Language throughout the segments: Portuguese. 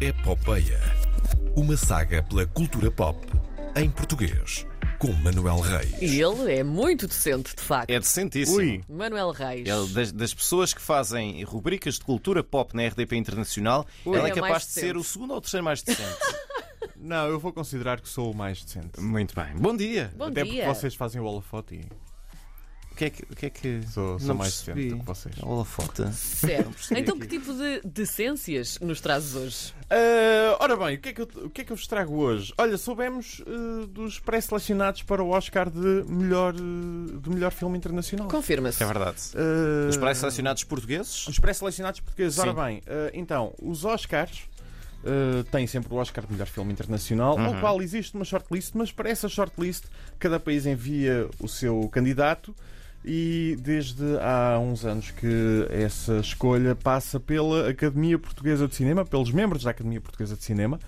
Epopeia. Uma saga pela cultura pop em português, com Manuel Reis. E ele é muito decente, de facto. É decentíssimo. Ui. Manuel Reis. Ele, das, das pessoas que fazem rubricas de cultura pop na RDP Internacional, ela é Ele é mais capaz de ser decente. o segundo ou terceiro mais decente. Não, eu vou considerar que sou o mais decente. Muito bem. Bom dia. Bom Até dia. porque vocês fazem o holofote e O que é que. O que, é que... é sou, sou Não mais percebi. decente do que vocês. Olá, foto. Certo. Então, que tipo de decências nos trazes hoje? Ah, ora bem, o que, é que eu, o que é que eu vos trago hoje? Olha, soubemos ah, dos pré-selecionados para o Oscar de melhor, ah, de melhor filme internacional. Confirma-se. É verdade. Ah, Os pré selecionados portugueses? Os pré-selecionados portugueses. Ora Sim. bem, eh, então, os Oscars eh, têm sempre o Oscar de melhor filme internacional, ao qual existe uma shortlist, mas para essa shortlist cada país envia o seu candidato e desde há uns anos que essa escolha passa pela Academia Portuguesa de Cinema, pelos membros da Academia Portuguesa de Cinema,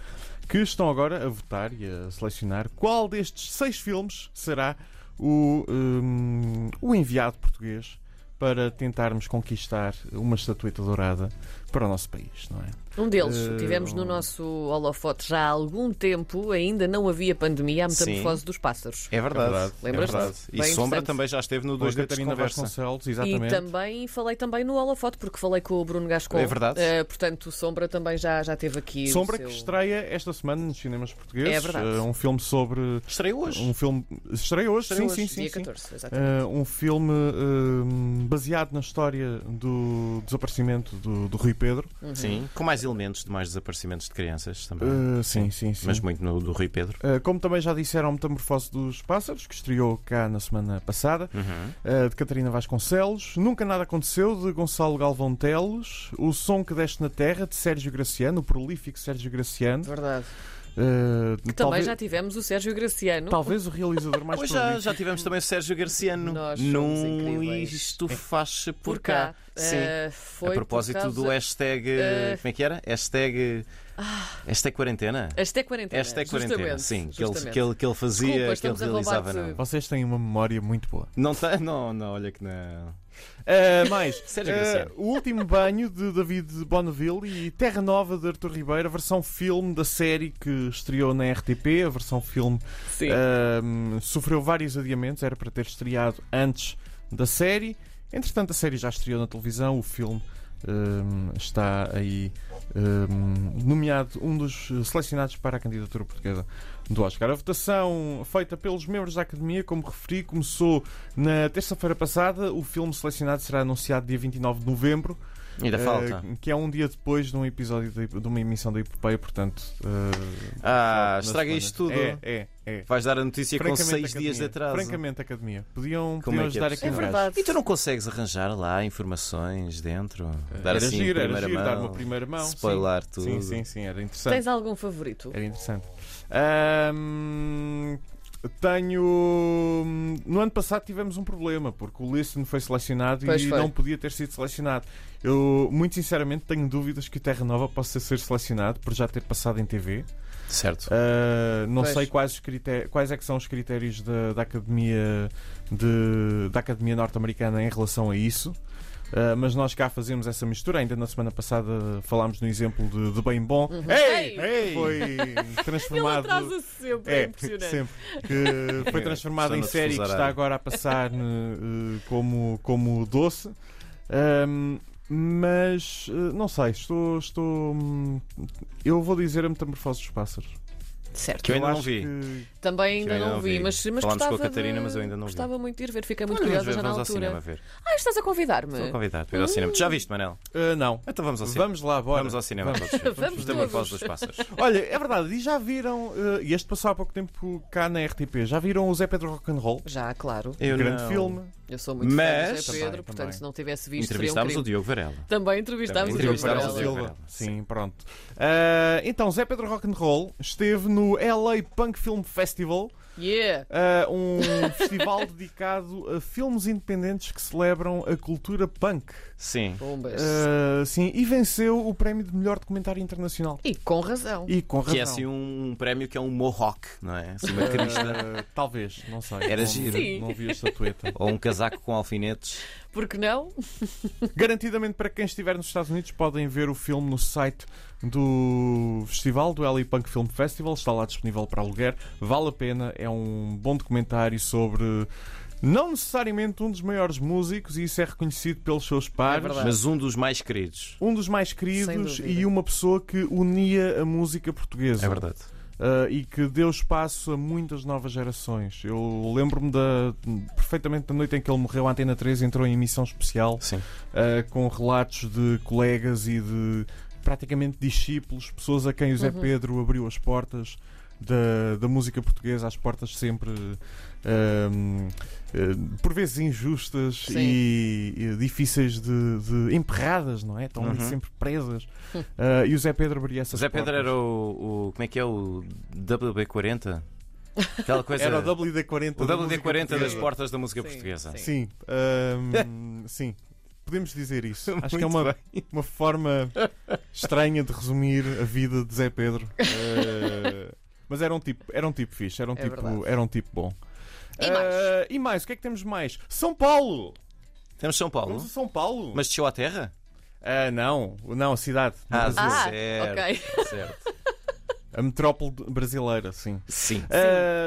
que estão agora a votar e a selecionar qual destes seis filmes será o, hum, o enviado português para tentarmos conquistar uma estatueta dourada para o nosso país, não é? Um deles Eh, tivemos no um- nosso holofote já há algum tempo, ainda não havia pandemia, a metamorfose dos pássaros. É verdade. É verdade. Lembras-te? É verdade. E Bem Sombra interessante. também já esteve no Com a Dois Dedos de Catarina Conversa. Vasconcelos, E exatamente. também falei também no holofote, porque falei com o Bruno Gascon. É verdade. Eh, portanto, o Sombra também já, já teve aqui. o Sombra seu- que estreia esta semana nos cinemas portugueses. É verdade. Eh, um filme sobre. Estreia hoje. Um filme. Estreia hoje? Estreia sim, hoje, sim, Dia sim. sim. 14, exatamente. Eh, um filme eh, baseado na história do desaparecimento do, do Rui Pedro. Uhum. Sim. Com mais elementos de mais desaparecimentos de crianças também. Eh, sim, sim, sim. Mas muito no, do Rui Pedro. Eh, como também já disseram, a Metamorfose dos Pássaros, que estreou cá na semana passada. Uhum. Uh, de Catarina Vasconcelos, Nunca Nada Aconteceu, de Gonçalo Galvão Teles, O Som que Deste na Terra, de Sérgio Graciano, o prolífico Sérgio Graciano. Verdade. Uh, Que também Eh, talvez, já tivemos o Sérgio Graciano. talvez o realizador mais Pois já, prolífico. já tivemos também o Sérgio Garciano. Nós somos Num incríveis. Isto faz por cá. Sim. Eh, foi a por propósito causa- do hashtag. Eh, Como é que era? Hashtag. hashtag quarentena? Hashtag é quarentena. Hashtag é quarentena, justamente, sim. Que ele, justamente. que, ele, que ele fazia, Desculpa, que ele estamos a realizava, roubar-te. não. é? Vocês têm uma memória muito boa. Não, tá, não, não, olha que não. Uh, mais, Sérgio uh, Graciano. O Último Banho, de David Bonneville, e Terra Nova, de Arthur Ribeiro, a versão filme da série que estreou na RTP, a versão filme Sim. Ah, Ahm, sofreu vários adiamentos, era para ter estreado antes da série. Entretanto, a série já estreou na televisão, o filme ahm, está aí ahm, nomeado um dos eh, selecionados para a candidatura portuguesa do Oscar. A votação feita pelos membros da Academia, como referi, começou na terça-feira passada. O filme selecionado será anunciado dia 29 de novembro. Ainda eh, falta. Que é um dia depois de um episódio de, de uma emissão da Epopeia, portanto. eh, Ah, na estraga semana. isto tudo. É, é, é. Vais dar a notícia com Francamente, seis academia. dias de atraso. Francamente, academia. Podiam, Como podiam é que é ajudar aqui um possível? É no verdade. E tu não consegues arranjar lá informações dentro? gajo. Dar Eh, era assim giro, em era primeira giro, mão, dar uma primeira mão. sim. spoiler tudo. Sim, sim, sim, era Tens interessante. algum favorito? É Era interessante. Ahm, tenho. No ano passado tivemos um problema, porque o Listen foi selecionado Pois e foi. não podia ter sido selecionado. Eu, muito sinceramente, tenho dúvidas que o Terra Nova possa ser selecionado por já ter passado em TV. Certo. Uh, não Pois. sei quais, os critéri- quais é que são os critérios da, da academia de- da academia norte-americana em relação a isso. Uh, mas nós cá fazemos essa mistura. Ainda na semana passada falámos no exemplo de, de Bem Bom, Uhum. Ei! que foi Ele transformado. atrasa-se sempre, é, É, impressionante. sempre. Que foi transformado Estão em no série que fuso está horário. agora a passar né, eh, como, como doce. Ahm, mas eh, não sei, estou. estou hum, eu vou dizer a metamorfose dos pássaros. Certo. Que eu ainda não acho vi. que- Também Que ainda eu não vi, mas, mas Falámos com a gostava Catarina, de- mas eu ainda não vi. Gostava muito de ir ver, fiquei muito Olha, curiosa vamos já ver, na vamos ao cinema altura. ver. Ah, estás a convidar-me. Estou convidado para ir ao cinema. Tu já viste, Manel? Ah, não. Então vamos ao cinema. Vamos lá, bora. Vamos ao cinema Vamos. todos. Vamos todos. Metamorfose dos pássaros. Olha, é verdade, e já viram, eh, e este passou há pouco tempo cá na RTP, já viram o Zé Pedro Rock'n'Roll? Já, claro. Eu Grande não. filme. Eu sou muito fã do Mas- Zé Pedro, Também, portanto, também. se não tivesse visto, seria um Entrevistámos o crime. Diogo Varela. Também entrevistámos Também o Diogo Varela. entrevistámos o Diogo. Silva. Varela. Sim, pronto. Ah, então, Zé Pedro Rock'n'Roll esteve no LA Punk Film Festival, Yeah. ah, um festival dedicado a filmes independentes que celebram a cultura punk. Sim. Bombas. Ah, sim, e venceu o prémio de melhor documentário internacional. E com razão. E com razão. Que é assim um prémio que é um mohawk, não é? Assim, uma crista. Ah, talvez, não sei. Era não, giro. Sim. Não vi a estatueta. Ou um casaco com alfinetes. Porque não? Garantidamente, para quem estiver nos Estados Unidos, podem ver o filme no site do festival, do LA Punk Film Festival. Está lá disponível para aluguer. Vale a pena, é um bom documentário sobre. Não necessariamente um dos maiores músicos, e isso é reconhecido pelos seus pares, verdade. Mas um dos mais queridos. um dos mais Sem queridos dúvida. e uma pessoa que unia a música portuguesa. É verdade. Uh, e que deu espaço a muitas novas gerações. Eu lembro-me da, perfeitamente da noite em que ele morreu, a Antena 3 entrou em emissão especial Sim. uh, com relatos de colegas e de praticamente discípulos, pessoas a quem o Zé Uhum. Pedro abriu as portas da, da música portuguesa, as portas sempre um, eh, por vezes injustas Sim. e, e difíceis de, de emperradas, não é? Estão ali Uhum. sempre presas. Hum. Uh, e o Zé Pedro abria essas Zé Pedro portas. era o, o- Como é que é? O WB40? Aquela coisa. Era o WD-40 o da WD40 música das portuguesa. portas da música Sim, portuguesa. sim. Sim, ahm, sim. Podemos dizer isso. Acho que é Muito uma, uma forma estranha de resumir a vida de Zé Pedro. Eh, mas era um tipo, era um tipo fixe, era um, É verdade. tipo, era um tipo bom. E mais? Ah, e mais, o que é que temos mais? São Paulo! Temos São Paulo. Vamos a São Paulo? Mas desceu à terra? Ah, não, não, a cidade. no Ah, Brasil. Ah, certo. ok. certo. A metrópole de- brasileira, sim. Sim.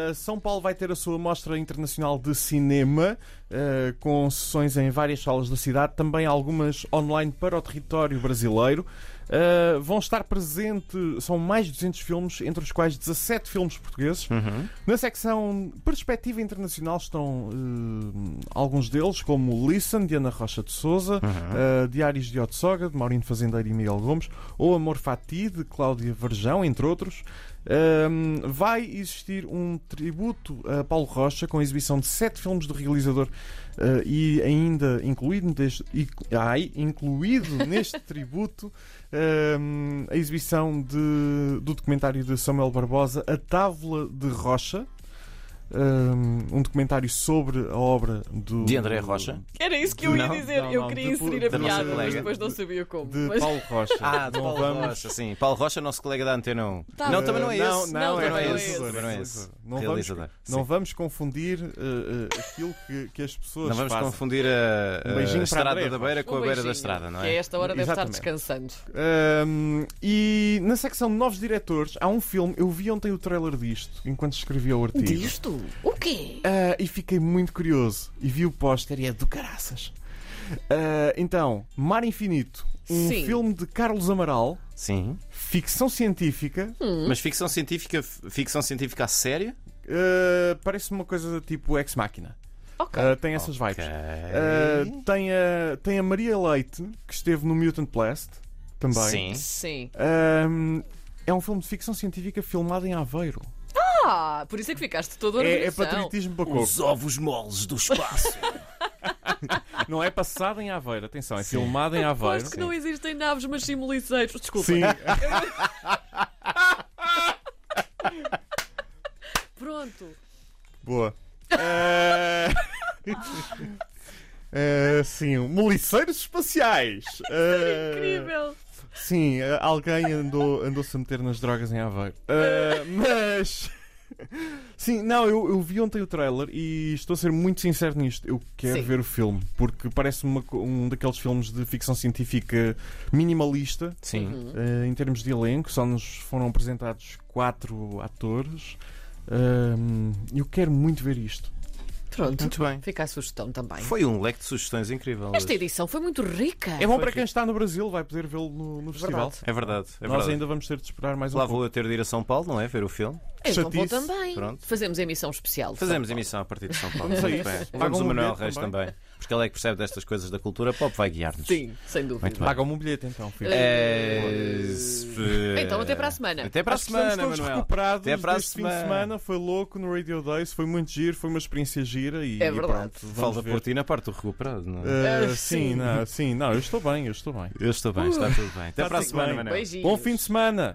Uh, São Paulo vai ter a sua mostra internacional de cinema, uh, com sessões em várias salas da cidade, também algumas online para o território brasileiro. Uh, vão estar presentes, são mais de 200 filmes, entre os quais 17 filmes portugueses. Uhum. Na secção Perspectiva Internacional estão uh, alguns deles, como Listen, de Ana Rocha de Souza, uh, Diários de Otsoga, de Maurino Fazendeiro e Miguel Gomes, ou Amor Fati, de Cláudia Verjão, entre outros. Um, vai existir um tributo a Paulo Rocha com a exibição de sete filmes do realizador uh, e ainda incluído neste, e- ai, incluído neste tributo um, a exibição de- do documentário de Samuel Barbosa A Távola de Rocha um, um documentário sobre a obra do, De André Rocha? Era isso que eu ia Não, dizer. não, eu não, queria de- inserir a da nossa piada, mas colega. depois não sabia como. de Mas- Paulo Rocha Ah, de Não Paulo vamos- Rocha, sim. Paulo Rocha, é nosso colega da Antena 1. Tá não, bem. também não é Eh, não, esse. Não, Não, era também não é esse, esse. era Também não é esse. esse. Não vamos, Realizador. não Sim. vamos confundir eh, eh, aquilo que, que as pessoas Não vamos fazem. confundir a, a Um beijinho para estrada André da beira com Um a beira da beijinho, estrada, não Que a é? esta hora deve estar Exatamente. descansando. Um, e na secção de novos diretores há um filme, eu vi ontem o trailer disto, enquanto escrevia o artigo. Disto? O quê? Ah, e fiquei muito curioso. E vi o póster e é do caraças. Ah, então, Mar Infinito, um Sim. filme de Carlos Amaral, Sim. ficção científica. Hum. Mas ficção científica, ficção científica a sério? Ah, parece uma coisa tipo Ex Machina. Ok. Ah, tem essas vibes. Ok. Uh, tem, a, tem a Maria Leite, que esteve no Mutant Blast também. Sim. Sim. Um, é um filme de ficção científica filmado em Aveiro. Ah, por isso é que ficaste todo É, é organizado. patriotismo para pouco. ovos moles do espaço. Não é passado em Aveiro, atenção, é filmado em Aveiro. Aposto que não existem naves, mas sim moliceiros. Desculpa. Sim, é Pronto. boa. Uh, uh, sim, moliceiros espaciais. Uh, Incrível. Sim, eh, alguém andou, andou-se a meter nas drogas em Aveiro. Eh, mas. Sim, não, eu, eu vi ontem o trailer e estou a ser muito sincero nisto. Eu quero Sim. ver o filme, porque parece-me uma co- um daqueles filmes de ficção científica minimalista Sim. eh, em termos de elenco. Só nos foram apresentados quatro atores. Ahm, eu quero muito ver isto. Pronto. Muito bem. Fica a sugestão também. Foi um leque de sugestões incrível. Esta hoje. edição foi muito rica. É bom para quem está no Brasil, vai poder vê-lo no, no festival. Verdade. É verdade. É Nós verdade. ainda vamos ter de esperar mais um Lá pouco. vou eu ter de ir a São Paulo, não é? Ver o filme. Eu não vou Chatice. também. Pronto. Fazemos emissão especial. Fazemos emissão a partir de São Paulo. Vamos a Muito isso. bem. Pagam Vamos o um Manuel bilhete Reis também. também. Porque ele é que percebe destas coisas da cultura pop, vai guiar-nos. Sim, sem dúvida. Muito bem. Pagam-me um bilhete então, filho. É, se- Então, até para a semana. Até para a Acho que estamos semana, todos Manuel. recuperados Até para a deste fim de semana. Foi louco no Radio Days, foi muito giro, foi uma experiência gira e É verdade. pronto, vamos Falta ver. por ti na parte do recuperado, não é? Ah, Ah, sim. sim, não, sim, não, eu estou bem, eu estou bem. Eu estou bem, está tudo bem. Até Está para a uh, tá tudo semana, bem. Manuel. Beijinhos. Bom fim de semana!